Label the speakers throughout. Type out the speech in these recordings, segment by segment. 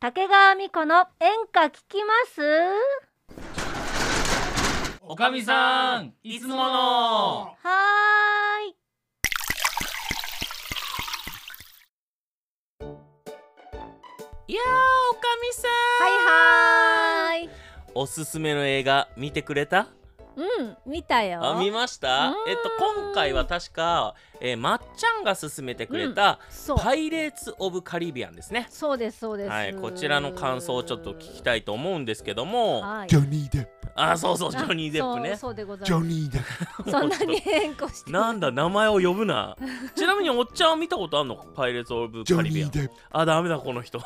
Speaker 1: 竹川美子の演歌聞きます
Speaker 2: おかみさんいつもの
Speaker 1: はーい
Speaker 2: いやーおかみさ
Speaker 1: はいはーい
Speaker 2: んおすすめの映画見てくれた
Speaker 1: うん見たよ
Speaker 2: あ見ました
Speaker 1: うーん
Speaker 2: えっと今回は確か、えーまっちゃんが勧めてくれた、
Speaker 1: そう
Speaker 2: パイレーツ・オブ・カリビアンですね
Speaker 1: そうですそうです、
Speaker 2: はいこちらの感想をちょっと聞きたいと思うんですけども
Speaker 1: はい
Speaker 3: ジョニー・デップ、
Speaker 2: あそうそうジョニー・デップ
Speaker 1: そう
Speaker 2: ね
Speaker 1: そうでござい
Speaker 3: ジョ
Speaker 1: ま
Speaker 3: ニー・デップ。
Speaker 1: すそんなに変更して
Speaker 2: なんだ名前を呼ぶなちなみにおっちゃんは見たことあるのパイレーツ・オブ・
Speaker 3: ジョ
Speaker 2: カリビ
Speaker 3: ニ
Speaker 2: ア
Speaker 3: ー
Speaker 2: ン
Speaker 3: デップ
Speaker 2: あダメだこの人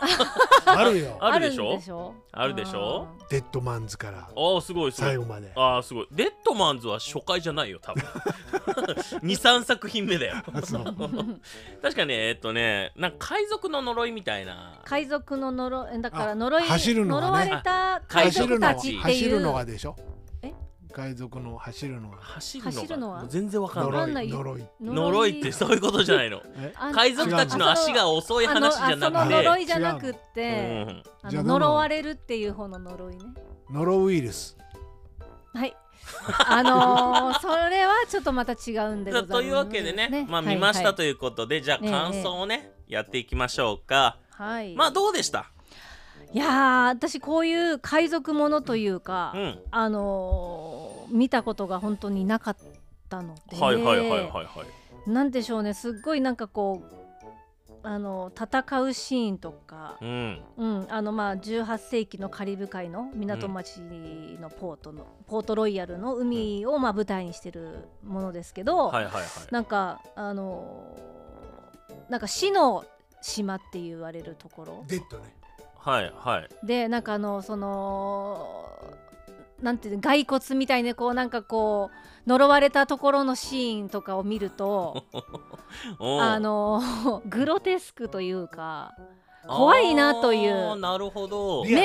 Speaker 3: あるよ。
Speaker 2: あるでしょ
Speaker 1: んょ
Speaker 2: あるでしょ
Speaker 1: うん
Speaker 3: デッドマンズから
Speaker 2: ああすごいすごい
Speaker 3: 最後まで。
Speaker 2: ああすごいデッドマンズは初回じゃないよ多 分23作品目だよ
Speaker 3: そう
Speaker 2: 確かねえっとねなんか海賊の呪いみたいな
Speaker 1: 海賊の呪いだから
Speaker 3: あ
Speaker 1: 呪い
Speaker 3: 走るの
Speaker 1: 呪
Speaker 3: が
Speaker 1: わ
Speaker 3: ね
Speaker 1: れた海
Speaker 3: 走
Speaker 1: 賊
Speaker 3: るの
Speaker 1: た
Speaker 3: は
Speaker 1: ちっていう
Speaker 3: 走るのがでしょ
Speaker 1: え
Speaker 3: 海賊の走るのが
Speaker 2: 走るのが
Speaker 1: 走るのは
Speaker 2: もう全然わかんない
Speaker 1: んな
Speaker 3: 呪
Speaker 1: い
Speaker 3: い呪い
Speaker 2: 呪いってそういうことじゃないの
Speaker 3: え
Speaker 1: あ
Speaker 2: 海賊たちの足が遅い話じゃな
Speaker 1: あ
Speaker 2: く
Speaker 1: のあその呪
Speaker 2: て
Speaker 1: いじゃなくっ
Speaker 2: う
Speaker 1: て、
Speaker 2: ん
Speaker 1: あ
Speaker 3: じゃ
Speaker 1: の
Speaker 3: あ
Speaker 1: 呪われるっていう方の呪いね
Speaker 3: 呪ウイルス
Speaker 1: はいあのー、それはちょっとまた違うんでございます
Speaker 2: というわけでねまあ見ましたということで、じゃあ感想をね、やっていきましょうか
Speaker 1: はい、はい
Speaker 2: まあどうでした
Speaker 1: いやー私こういう海賊ものというか、
Speaker 2: うん
Speaker 1: あのー見たことが本当になかったので、
Speaker 2: いはい
Speaker 1: なんでしょうねすっごいなんかこうあの戦うシーンとか、
Speaker 2: うん
Speaker 1: うん、あのまあ18世紀のカリブ海の港町のポートの、ポートロイヤルの海をまあ舞台にしてるものですけど、
Speaker 2: はいはいはい
Speaker 1: なんかあのーなんか死の島って言われるところ
Speaker 3: デッドね
Speaker 2: はいはい
Speaker 1: でなんかあのそのなんていうの骸骨みたいにこうなんかこう呪われたところのシーンとかを見ると
Speaker 2: おー
Speaker 1: あのー グロテスクというか怖いなという
Speaker 2: あーなるほど
Speaker 3: リ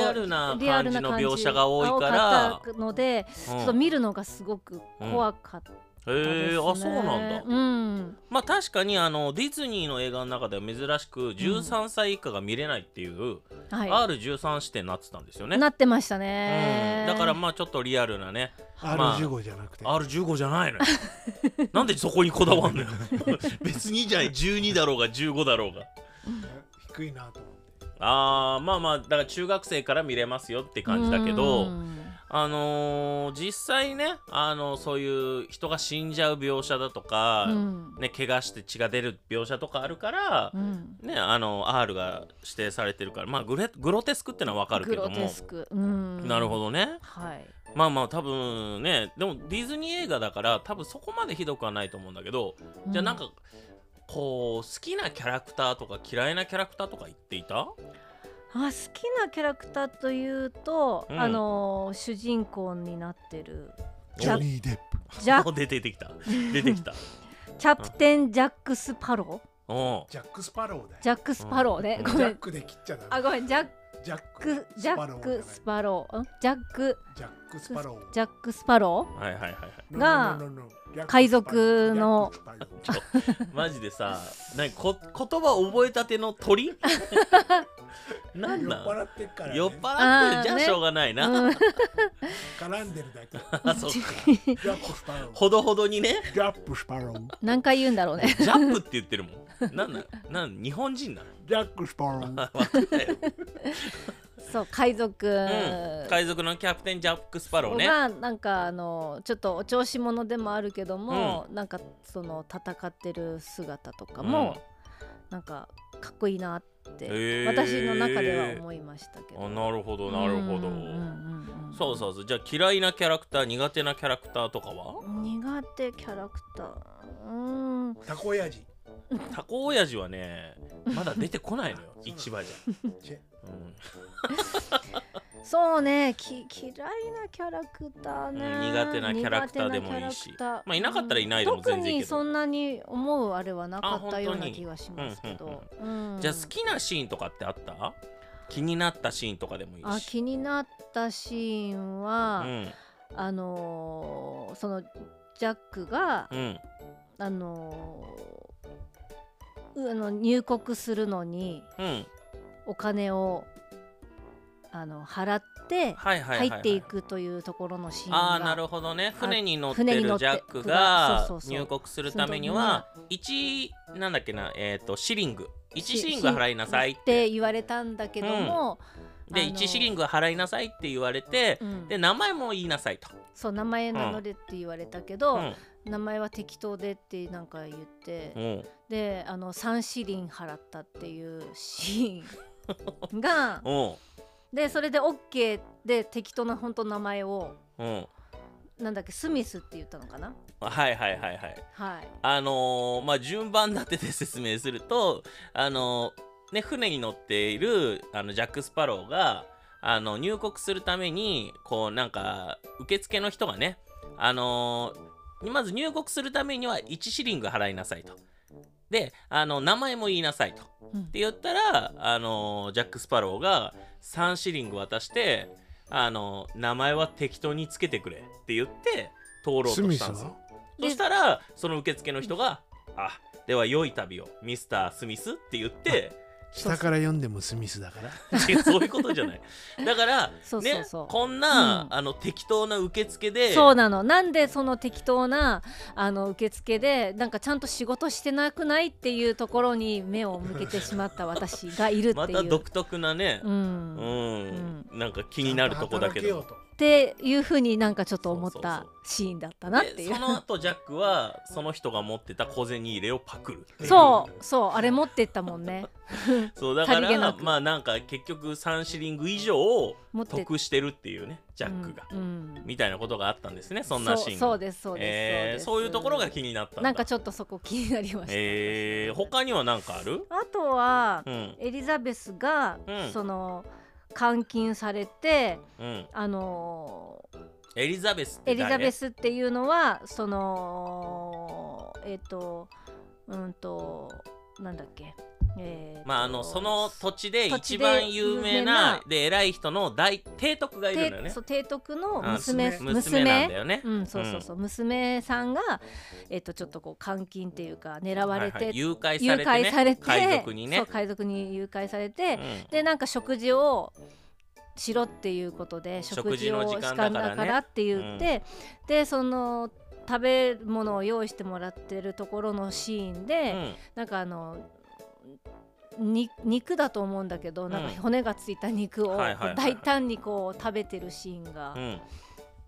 Speaker 3: アルなリアル
Speaker 1: り
Speaker 3: な
Speaker 2: リア
Speaker 1: そうリアル
Speaker 2: ルな
Speaker 1: な
Speaker 2: 感じの描写が多いから
Speaker 1: 多かったので、
Speaker 2: うん
Speaker 1: ちょっと見るのがすごく怖かったですね、
Speaker 2: へえあそうなんだ、
Speaker 1: うん
Speaker 2: まあ確かにあのディズニーの映画の中では珍しく13歳以下が見れないっていう、
Speaker 1: はい、
Speaker 2: R13 指定になってたんですよね、
Speaker 1: なってました
Speaker 2: う
Speaker 1: ね
Speaker 2: ん、、だからまあちょっとリアルなねまあ
Speaker 3: R15 じゃなくて
Speaker 2: R15 じゃないの よなんでそこにこだわんのよ 別にいいじゃない12だろうが15だろうが
Speaker 3: 低いなと思って
Speaker 2: あーまあまあだから中学生から見れますよって感じだけど、
Speaker 1: うん
Speaker 2: あのー実際ね、あのそういう人が死んじゃう描写だとか、
Speaker 1: うん
Speaker 2: ね、怪我して血が出る描写とかあるから
Speaker 1: う、ん
Speaker 2: ね、あの R が指定されてるから、まあ、グレグロテスクってのはわかるけ
Speaker 1: グ
Speaker 2: ど
Speaker 1: ロテ
Speaker 2: も
Speaker 1: スク、うん、
Speaker 2: なるほどね
Speaker 1: はい
Speaker 2: まあまあ多分ねでもディズニー映画だから多分そこまでひどくはないと思うんだけど、じゃあなんかこう好きなキャラクターとか嫌いなキャラクターとか言っていた
Speaker 1: あ好きなキャラクターというと、
Speaker 2: うん
Speaker 1: あのー主人公になってる
Speaker 3: ジョニー・デップ
Speaker 1: ジャ
Speaker 2: 出てきた出てきた
Speaker 1: キャプテン・ジャック・スパロー
Speaker 2: お
Speaker 3: ジャック・スパローだよ
Speaker 1: ジャック・スパローね、
Speaker 2: うん
Speaker 1: ご
Speaker 3: ジ
Speaker 1: め
Speaker 3: ャッ
Speaker 1: ん
Speaker 3: クで切っちゃダ
Speaker 1: あ
Speaker 3: メ
Speaker 1: ごめんジャッ
Speaker 3: ジャッ
Speaker 1: ク
Speaker 3: ク・
Speaker 1: ジャ
Speaker 3: スパ
Speaker 1: ッ
Speaker 3: ロー
Speaker 1: ク・
Speaker 3: じゃ
Speaker 1: スパローんジャック
Speaker 3: ないジャック・スパロー
Speaker 1: ジャック・スパロ
Speaker 2: うはいはいはいはい
Speaker 1: が
Speaker 3: No, no, no, no, no. ジャックスパロー
Speaker 1: 海賊の
Speaker 3: ジャックスパロー
Speaker 2: マジでさ、なんかこ言葉覚えたての鳥なん
Speaker 3: 酔っ
Speaker 2: なん
Speaker 3: 払ってっから、ね、
Speaker 2: 酔っ払ってるじゃ
Speaker 1: あー
Speaker 2: ん
Speaker 1: ね
Speaker 2: しょうがないな。
Speaker 1: うん
Speaker 3: 絡んでるだけ
Speaker 2: あ そうか
Speaker 3: ジャック・スパロー
Speaker 2: ほどほどにね、
Speaker 3: ジャック・スパロー
Speaker 1: ー 何回言うんだろうね
Speaker 2: ジャップって言ってるもん。なんなんなん日本人なの
Speaker 3: ジャック・スパロー
Speaker 2: あわかった よ。
Speaker 1: そう海賊、
Speaker 2: うん。海賊のキャプテンジャック・スパローね。
Speaker 1: がなんかあのちょっとお調子者でもあるけども、なんかその戦ってる姿とかも、なんかかっこいいなって、
Speaker 2: へー
Speaker 1: 私の中では思いましたけ
Speaker 2: うん、
Speaker 1: ど。
Speaker 2: あなるほどなるほど。
Speaker 1: ど
Speaker 2: そうそうそう。じゃあ嫌いなキャラクター、苦手なキャラクターとかは
Speaker 1: 苦手キャラクター。うーん。
Speaker 3: たこやじ
Speaker 2: タコ親父はね、まだ出て こないのよ。市場じ
Speaker 3: チェ
Speaker 2: ゃ。うん
Speaker 1: そうね、き嫌いなキャラクターね。
Speaker 2: うん苦手なキャラクターでもいいし
Speaker 1: 苦手なキャラクター
Speaker 2: まあいなかったらいないでも全然いいけど
Speaker 1: うん特にそんなに思うあれはなか
Speaker 2: あ
Speaker 1: っ
Speaker 2: 本
Speaker 1: た
Speaker 2: 当に
Speaker 1: ような気がしますけど。うん
Speaker 2: じゃあ好きなシーンとかってあった気になったシーンとかでもいい
Speaker 1: あ
Speaker 2: し。
Speaker 1: 気になったシーン
Speaker 2: う
Speaker 1: は、
Speaker 2: ん
Speaker 1: あのーそのジャックが、
Speaker 2: うん
Speaker 1: あのーうあの入国するのに
Speaker 2: うん
Speaker 1: お金をあの払って
Speaker 2: はいはいは
Speaker 1: 入
Speaker 2: い、
Speaker 1: っていくというところのシーンが
Speaker 2: ああなるほどね船に乗って
Speaker 1: 船に乗
Speaker 2: る
Speaker 1: って
Speaker 2: ジャック
Speaker 1: そ
Speaker 2: が
Speaker 1: うそうそう
Speaker 2: 入国するためには1なんだっけなえっ、とシリング1シリング払いなさいっ
Speaker 1: ってて言われたんだけども、
Speaker 2: で
Speaker 1: あの
Speaker 2: 1シリング払いなさいって言われて
Speaker 1: うん
Speaker 2: で名前も言いなさいと、
Speaker 1: そう名前なのでって言われたけ
Speaker 2: う
Speaker 1: ど、
Speaker 2: ん
Speaker 1: 名前は適当でってなんか言って、
Speaker 2: うん
Speaker 1: であの3シリン払ったっていうシーン が
Speaker 2: うん
Speaker 1: でそれで OK で適当な本当名前を
Speaker 2: うん
Speaker 1: なんだっけスミスって言ったのかな
Speaker 2: はいはいはいはい
Speaker 1: はい
Speaker 2: あのーまあ順番立てで説明するとあのーね船に乗っているあのジャック・スパローがあの入国するためにこうなんか受付の人がねあのーまず入国するためには1シリング払いなさいと。であの名前も言いなさいと。
Speaker 1: うん
Speaker 2: って言ったら、あのジャック・スパローが3シリング渡して、あの名前は適当につけてくれって言って通ろうと
Speaker 3: スミ
Speaker 2: し
Speaker 3: ス
Speaker 2: たんですよ
Speaker 3: は。
Speaker 2: そしたらその受付の人が「あでは良い旅をミスター・スミス」って言って
Speaker 3: 下から読んでもスミスだから。
Speaker 2: 違う そういうことじゃないだから
Speaker 1: そうそう
Speaker 2: ね
Speaker 1: そう
Speaker 2: こん
Speaker 1: う
Speaker 2: な、
Speaker 1: ん
Speaker 2: あの適当な受付で
Speaker 1: そうなのなんでその適当なあの受付でなんかちゃんと仕事してなくないっていうところに目を向けてしまった私がいるっていう。
Speaker 2: また独特なね
Speaker 1: う、
Speaker 2: うんんなんか気
Speaker 3: 気
Speaker 2: になるとこだけど。
Speaker 1: っていうふうになんかちょっと思っ
Speaker 2: そうそう
Speaker 1: た
Speaker 2: そう
Speaker 1: シーンだったなって
Speaker 2: で
Speaker 1: いう
Speaker 2: その後ジャックはその人が持ってた小銭入れをパクるってい
Speaker 1: そうそうあれ持ってったもんね
Speaker 2: そうだか
Speaker 1: さりげな
Speaker 2: ら
Speaker 1: く
Speaker 2: まあなんか結局3シリング以上を
Speaker 1: 持って
Speaker 2: 得してるっていうねジャックが、
Speaker 1: うんうん
Speaker 2: みたいなことがあったんですねそんなシーン
Speaker 1: そうそう
Speaker 2: で
Speaker 1: ですそうです,、
Speaker 2: えー、そういうところが気になったんだ
Speaker 1: なんかちょっとそこ気になりました、
Speaker 2: えー、他には何かある
Speaker 1: あとは
Speaker 2: うん
Speaker 1: エリザベスが、
Speaker 2: うん
Speaker 1: その監禁されて
Speaker 2: うん
Speaker 1: あの
Speaker 2: エリザベスっ
Speaker 1: ー
Speaker 2: て
Speaker 1: エリザベ
Speaker 2: ス
Speaker 1: スっていうのはそのえっ、とうんとなんだっけえーと
Speaker 2: まああのその土地で
Speaker 1: 土地
Speaker 2: 一
Speaker 1: で
Speaker 2: 番有名な
Speaker 1: 有名な
Speaker 2: で偉い人の大提督がいるんだよ
Speaker 1: て
Speaker 2: ね
Speaker 1: そう提督の
Speaker 2: あ
Speaker 1: 娘
Speaker 2: 娘娘なんだよね
Speaker 1: うん、そうそうそう、娘さんが、えっと、ちょっとこう監禁っていうか狙われて、
Speaker 2: はいはい誘拐
Speaker 1: 誘
Speaker 2: されて,、ね、
Speaker 1: 拐されて
Speaker 2: 海賊にね
Speaker 1: そう海賊に誘拐されて、
Speaker 2: うん
Speaker 1: でなんか食事をしろっていうことで
Speaker 2: 食
Speaker 1: 食
Speaker 2: 事
Speaker 1: 事
Speaker 2: の
Speaker 1: を
Speaker 2: 時
Speaker 1: 時
Speaker 2: 間だ
Speaker 1: 間
Speaker 2: から
Speaker 1: だ
Speaker 2: ね
Speaker 1: からって言って、でその食べ物を用意してもらってるところのシーンで、
Speaker 2: うん
Speaker 1: なんかあのに肉だと思うんだけど、なんか骨がついた肉を
Speaker 2: はいはいはい
Speaker 1: 大胆にこう食べてるシーンが、
Speaker 2: うん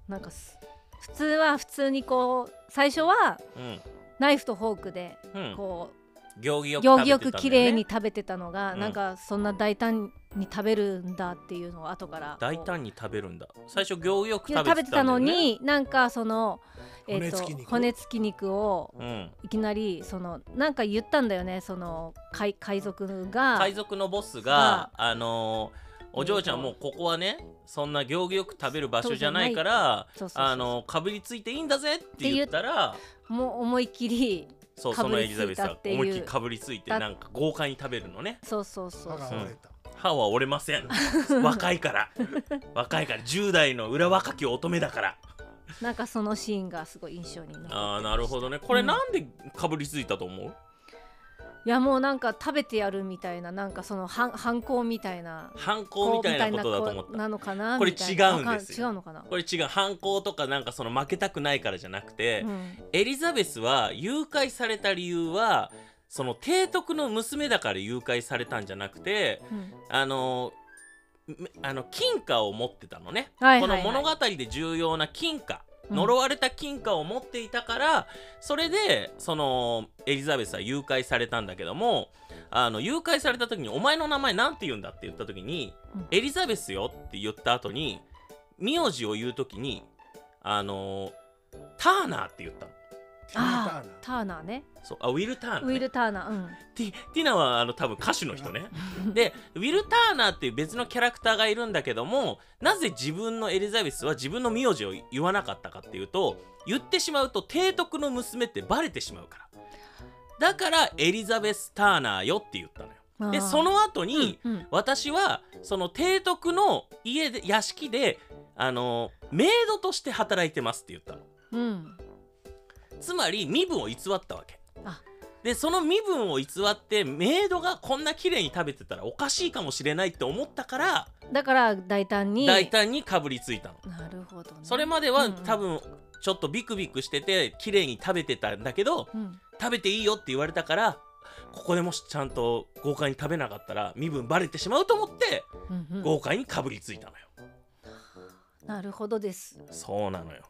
Speaker 1: なんかす普通は普通にこう最初は
Speaker 2: うん
Speaker 1: ナイフとフォークで
Speaker 2: うん
Speaker 1: こ
Speaker 2: 行儀
Speaker 1: う、
Speaker 2: よ
Speaker 1: 行
Speaker 2: く食
Speaker 1: 儀よ
Speaker 2: べてたんだよ
Speaker 1: く
Speaker 2: ね
Speaker 1: 綺麗に食べてたのが、
Speaker 2: うん
Speaker 1: なんかそんな大胆に食べるんだっていうのを後からこう
Speaker 2: 大胆に食べるんだ最初行儀よく食べてたんだ
Speaker 1: 食
Speaker 2: よ、ね、
Speaker 1: べてたのになんかその、えーと
Speaker 3: 骨付き肉
Speaker 1: 骨付き肉を
Speaker 2: うん、
Speaker 1: いきなりそのなんか言ったんだよねその海海賊が。
Speaker 2: 海賊のボスが
Speaker 1: が、
Speaker 2: あのーお嬢ちゃんもうここはねそんな行儀よく食べる場所じゃないから
Speaker 1: そうそうそう
Speaker 2: あのーかぶりついていいんだぜって言ったら
Speaker 1: もう思いっきり
Speaker 2: そう
Speaker 1: か
Speaker 2: その
Speaker 1: ぶ
Speaker 2: エ
Speaker 1: り
Speaker 2: リ
Speaker 1: つ
Speaker 2: ザベ
Speaker 1: い
Speaker 2: ス
Speaker 1: た
Speaker 2: は
Speaker 1: っていう
Speaker 2: 思いっきりかぶりついて
Speaker 1: だ
Speaker 2: なんか豪快に食べるのね
Speaker 1: そうそうそう
Speaker 3: 歯
Speaker 1: そう
Speaker 3: が折れた。
Speaker 2: 歯は折れません 若いから若いから10代の裏若き乙女だから
Speaker 1: なんかそのシーンがすごい印象に残って
Speaker 2: あーなるほどねこれなんでかぶりついたと思う
Speaker 1: いやもうなんか食べてやるみたいななんかその反反抗みたいな
Speaker 2: 犯行みたいなことだと思
Speaker 1: こ
Speaker 2: っ
Speaker 1: う
Speaker 2: た
Speaker 1: なのかな
Speaker 2: これ
Speaker 1: みたいな
Speaker 2: 違うんですよ
Speaker 1: わかん違うのかな
Speaker 2: これ違う犯行とかなんかその負けたくないからじゃなくて、
Speaker 1: うん
Speaker 2: エリザベスは誘拐された理由はその提督の娘だから誘拐されたんじゃなくて
Speaker 1: うん
Speaker 2: あのめあの金貨を持ってたのね、
Speaker 1: はいはいはい
Speaker 2: この物語で重要な金貨
Speaker 1: うん
Speaker 2: 呪われた金貨を持っていたから、それでそのエリザベスは誘拐されたんだけどもあの誘拐された時に「お前の名前なんて言うんだ?」って言った時に「
Speaker 1: うん
Speaker 2: エリザベスよ」って言った後に名字を言う時にあのターナーって言ったの。
Speaker 3: ティー
Speaker 1: あ
Speaker 3: ターナー
Speaker 1: あターナーね
Speaker 2: そうあウィル・ターナーね、
Speaker 1: ウィル・ターナー
Speaker 2: ティティナはあの多分歌手の人ねでウィル・ターナーっていう別のキャラクターがいるんだけどもなぜ自分のエリザベスは自分の名字を言わなかったかっていうと言ってしまうと提督の娘ってバレてしまうからだからエリザベス・ターナーよって言ったのよ
Speaker 1: うん
Speaker 2: で
Speaker 1: あー
Speaker 2: その後に、
Speaker 1: うんうん
Speaker 2: 私はその提督の家で屋敷であのメイドとして働いてますって言ったの
Speaker 1: うん
Speaker 2: つまり身分を偽ったわけ
Speaker 1: あ
Speaker 2: でその身分を偽ってメイドがこんな綺麗に食べてたらおかしいかもしれないって思ったから
Speaker 1: だから大胆に
Speaker 2: 大胆にかぶりついたの。
Speaker 1: なるほど、ね、
Speaker 2: それまでは、
Speaker 1: うんうん
Speaker 2: 多分ちょっとビクビクしてて綺麗に食べてたんだけど
Speaker 1: うん
Speaker 2: 食べていいよって言われたからここでもしちゃんと豪快に食べなかったら身分バレてしまうと思って
Speaker 1: うんうん
Speaker 2: 豪快にかぶりついたのよ。
Speaker 1: なるほどです
Speaker 2: そうなのよ。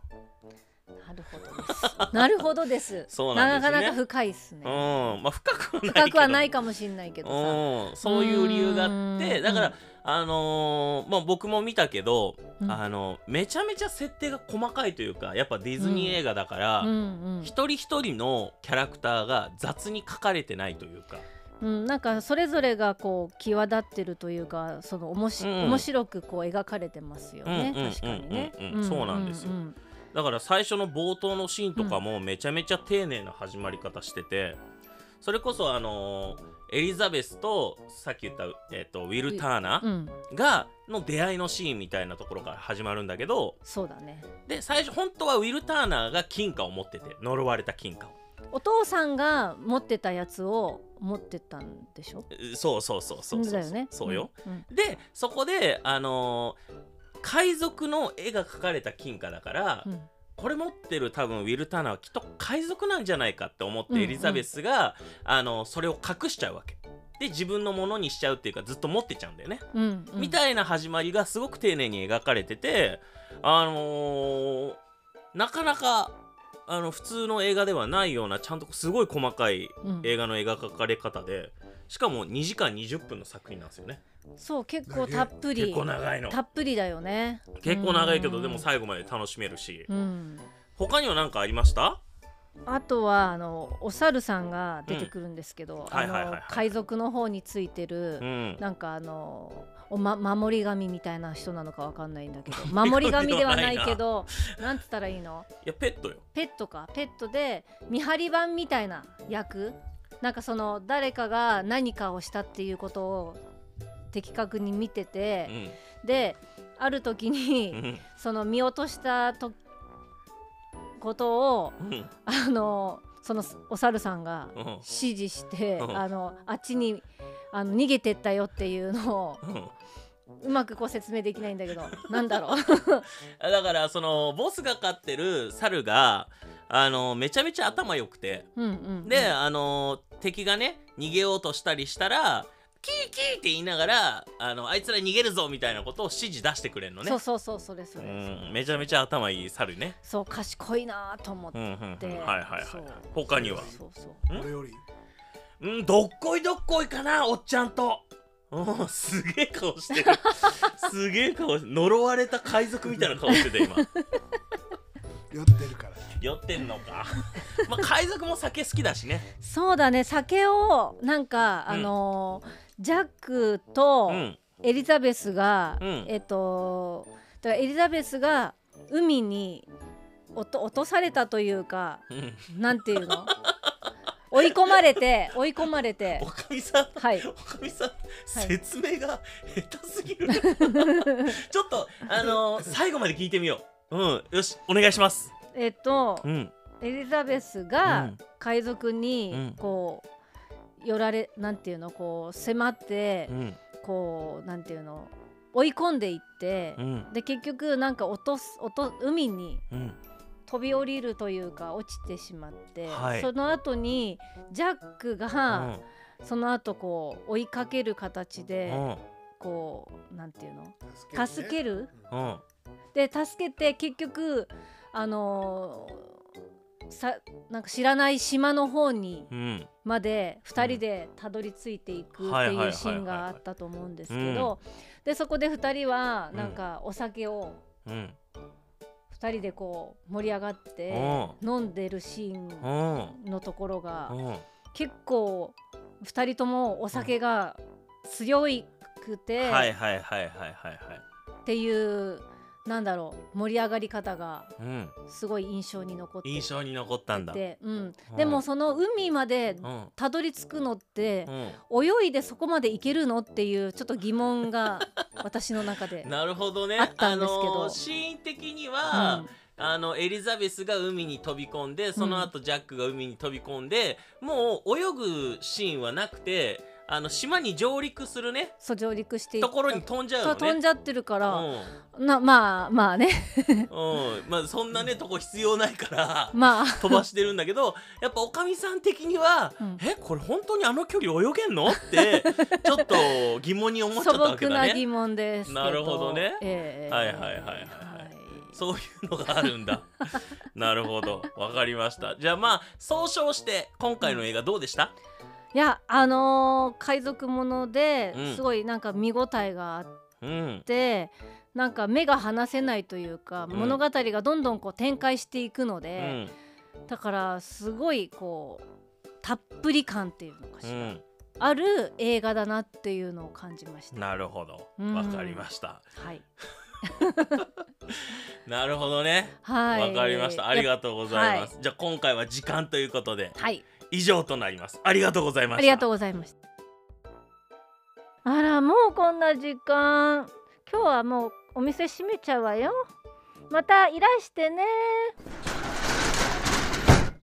Speaker 1: なるほどです なるほどです
Speaker 2: そうなんですね
Speaker 1: かなか深いですね、
Speaker 2: うんまあ深くはないけど
Speaker 1: 深くはないかもしれないけどさ
Speaker 2: うん、そういう理由があって
Speaker 1: うん
Speaker 2: だから、
Speaker 1: うん
Speaker 2: あのーまあ、僕も見たけど、
Speaker 1: うん
Speaker 2: あのめちゃめちゃ設定が細かいというかやっぱディズニー映画だから、
Speaker 1: うんうん
Speaker 2: 一人一人のキャラクターが雑に書かれてないというか
Speaker 1: うん、なんかそれぞれがこう際立ってるというかそのおもし、
Speaker 2: うん
Speaker 1: 面白くこう描かれてますよね、
Speaker 2: うんうん
Speaker 1: 確かにね、
Speaker 2: うんうんうんそうなんですよ
Speaker 1: うん
Speaker 2: だから最初の冒頭のシーンとかもめちゃめちゃ丁寧な始まり方してて、それこそあのーエリザベスとさっき言った、えっとウィル・ターナ
Speaker 1: うんうん
Speaker 2: がの出会いのシーンみたいなところから始まるんだけど
Speaker 1: そうだね
Speaker 2: で最初本当はウィル・ターナが金貨を持ってて呪われた金貨を
Speaker 1: お父さんが持ってたやつを持ってたんでしょ
Speaker 2: うそうそうそうそうそう
Speaker 1: だよね
Speaker 2: そうよ、、
Speaker 1: うんうん
Speaker 2: でそこであのー海賊の絵が描かれた金貨だから、
Speaker 1: うん
Speaker 2: これ持ってる多分ウィル・ターナはきっと海賊なんじゃないかって思っ
Speaker 1: うん
Speaker 2: てエリザベスが、あのそれを隠しちゃうわけで自分のものにしちゃうっていうかずっと持ってちゃうんだよね、
Speaker 1: うんうん
Speaker 2: みたいな始まりがすごく丁寧に描かれててあのーなかなかあの普通の映画ではないようなちゃんとすごい細かい
Speaker 1: うん
Speaker 2: 映画の描かれ方でしかも2時間20分の作品なんですよね
Speaker 1: そう結構たっぷり
Speaker 2: 結構長いの
Speaker 1: たっぷりだよね
Speaker 2: 結構長いけ
Speaker 1: う
Speaker 2: ど
Speaker 1: ん
Speaker 2: でも最後まで楽しめるし
Speaker 1: うん
Speaker 2: 他には何かありました
Speaker 1: あとはあのお猿さんが出てくるんですけど、
Speaker 2: はいはい
Speaker 1: あ
Speaker 2: はいはい
Speaker 1: の海賊の方についてる、
Speaker 2: うん
Speaker 1: なんかあのお、ま、守り神みたいな人なのかわかんないんだけ ど守り神ではないけどなんつったらいいの
Speaker 2: いやペットよ
Speaker 1: ペットかペットで見張り番みたいな役なんかその誰かが何かをしたっていうことを的確に見て
Speaker 2: う
Speaker 1: て、
Speaker 2: ん
Speaker 1: である時に、
Speaker 2: うん
Speaker 1: その見落としたとことを
Speaker 2: うん
Speaker 1: あのそのお猿さんが
Speaker 2: うん
Speaker 1: 指示して、
Speaker 2: うん
Speaker 1: あのあっちにあの逃げてったよっていうのを
Speaker 2: うん
Speaker 1: うまくこう説明できないんだ けどなんだろう
Speaker 2: だからそのボスが飼ってる猿があのめちゃめちゃ頭良くて
Speaker 1: うんうん
Speaker 2: で、あの敵がね逃げようとしたりしたらキーキーって言いながらあのあいつら逃げるぞみたいなことを指示出してくれるのね
Speaker 1: そうそうそうそれそれ、
Speaker 2: うん、めちゃめちゃ頭いい猿ね。
Speaker 1: そう賢いなと思っ
Speaker 2: う
Speaker 1: て、
Speaker 2: んうんうん、はい
Speaker 1: で
Speaker 2: はいはい
Speaker 1: そう。
Speaker 2: 他には、
Speaker 1: そうそう
Speaker 3: 俺より
Speaker 2: うん、どっこいどっこいかな、おっちゃんと。うん、すげえ顔して る。すげえ顔して、呪われた海賊みたいな顔してた今。
Speaker 3: 酔ってるから
Speaker 2: 酔ってんのか。まあ、海賊も酒好きだしね。
Speaker 1: そうだね酒をなんか、
Speaker 2: うん
Speaker 1: あのージャックと
Speaker 2: うん、
Speaker 1: エリザベスが、
Speaker 2: うん
Speaker 1: えっとだからエリザベスが海に落と落とされたというか
Speaker 2: うん、
Speaker 1: なんていう の追い込まれて追い込まれて
Speaker 2: おかみさん。
Speaker 1: はい
Speaker 2: おかみさん、説明が下手すぎ る。ちょっと、あのー最後まで聞いてみよう。うん、よし、お願いします。
Speaker 1: えっと
Speaker 2: うん、
Speaker 1: エリザベス
Speaker 2: う
Speaker 1: が
Speaker 2: ん
Speaker 1: 海賊
Speaker 2: うん
Speaker 1: にこう寄られなんていうのこう迫って
Speaker 2: うん、
Speaker 1: こうなんていうの追い込んでいって
Speaker 2: うん、
Speaker 1: で結局なんか落とす落と海に
Speaker 2: うん。
Speaker 1: 飛び降りるというか落ちてしまって、
Speaker 2: はい
Speaker 1: その後にジャックがその後こう追いかける形
Speaker 2: う
Speaker 1: で
Speaker 2: ん、うん、
Speaker 1: こうなんていうの助
Speaker 3: 助け
Speaker 1: け
Speaker 3: る
Speaker 1: る
Speaker 2: うん。
Speaker 1: で助けて結局あのーさなんか知らない島の方に
Speaker 2: うん、
Speaker 1: まで2人でたどり着いていくって
Speaker 2: はいはいは
Speaker 1: いう
Speaker 2: いはいはい
Speaker 1: シーンがあったと思うんですけどでそこで2人はなんかお酒を
Speaker 2: うん、
Speaker 1: 2人でこう盛り上がって
Speaker 2: う
Speaker 1: 飲んでるシーン
Speaker 2: ん、
Speaker 1: のところが
Speaker 2: うん。
Speaker 1: 結構2人ともお酒が強いくて
Speaker 2: はいはいはいはいはいはい。
Speaker 1: っていうなんだろう盛り上がり方が
Speaker 2: うん、
Speaker 1: すごい印象に残って
Speaker 2: 印象に残ったんだ。
Speaker 1: て、うん
Speaker 2: うん、
Speaker 1: でもその海まで
Speaker 2: うん、
Speaker 1: たどり着くのって
Speaker 2: う、ん。
Speaker 1: 泳いでそこまで行けるのっていうちょっと疑問が私の中で、
Speaker 2: なるほどね。
Speaker 1: あったんですけど
Speaker 2: あのーシーン的には、
Speaker 1: うん
Speaker 2: あのエリザベスが海に飛び込んでその後ジャックが海に飛び込んで、もう泳ぐシーンはなくてあの島に上陸するね
Speaker 1: そう上陸していった
Speaker 2: ところに飛んじゃう
Speaker 1: そ
Speaker 2: の
Speaker 1: う
Speaker 2: ね。
Speaker 1: 飛んじゃってるから、
Speaker 2: うん
Speaker 1: なまあまあね
Speaker 2: うん、まあそんなねとこ必要ないから
Speaker 1: まあ
Speaker 2: 飛ばしてるんだけどやっぱおかみさん的には「
Speaker 1: うん
Speaker 2: えこれ本当にあの距離泳げんの?」ってちょっと疑問に思っちゃ
Speaker 1: 素
Speaker 2: ったわけ
Speaker 1: 朴
Speaker 2: だ
Speaker 1: な
Speaker 2: ね
Speaker 1: 疑問ですけど
Speaker 2: なるほどね
Speaker 1: ええ
Speaker 2: はいはいはいはいそういうのがある んだなるほどわかりましたじゃあまあ総称して今回の映画どうでした、
Speaker 1: いやあのー海賊もので
Speaker 2: うん
Speaker 1: すごいなんか見応えがあっ
Speaker 2: うん、
Speaker 1: て、なんか目が離せないというか、
Speaker 2: うん
Speaker 1: 物語がどんどんこう展開していくの
Speaker 2: う
Speaker 1: で、
Speaker 2: ん
Speaker 1: だからすごいこうたっぷり感っていうのかし
Speaker 2: う
Speaker 1: ら、
Speaker 2: ん、
Speaker 1: ある映画だなっていうのを感じました。
Speaker 2: なるほど
Speaker 1: うん
Speaker 2: わかりました
Speaker 1: はい
Speaker 2: なるほどねわ、
Speaker 1: はい
Speaker 2: かりましたあり
Speaker 1: と
Speaker 2: がとうございます、じゃあ今回は時間ということで
Speaker 1: うはい
Speaker 2: 以上となりますありがとうございました
Speaker 1: ありがとうございました。あら、もうこんな時間。今日はもうお店閉めちゃうわよ。またいらしてね。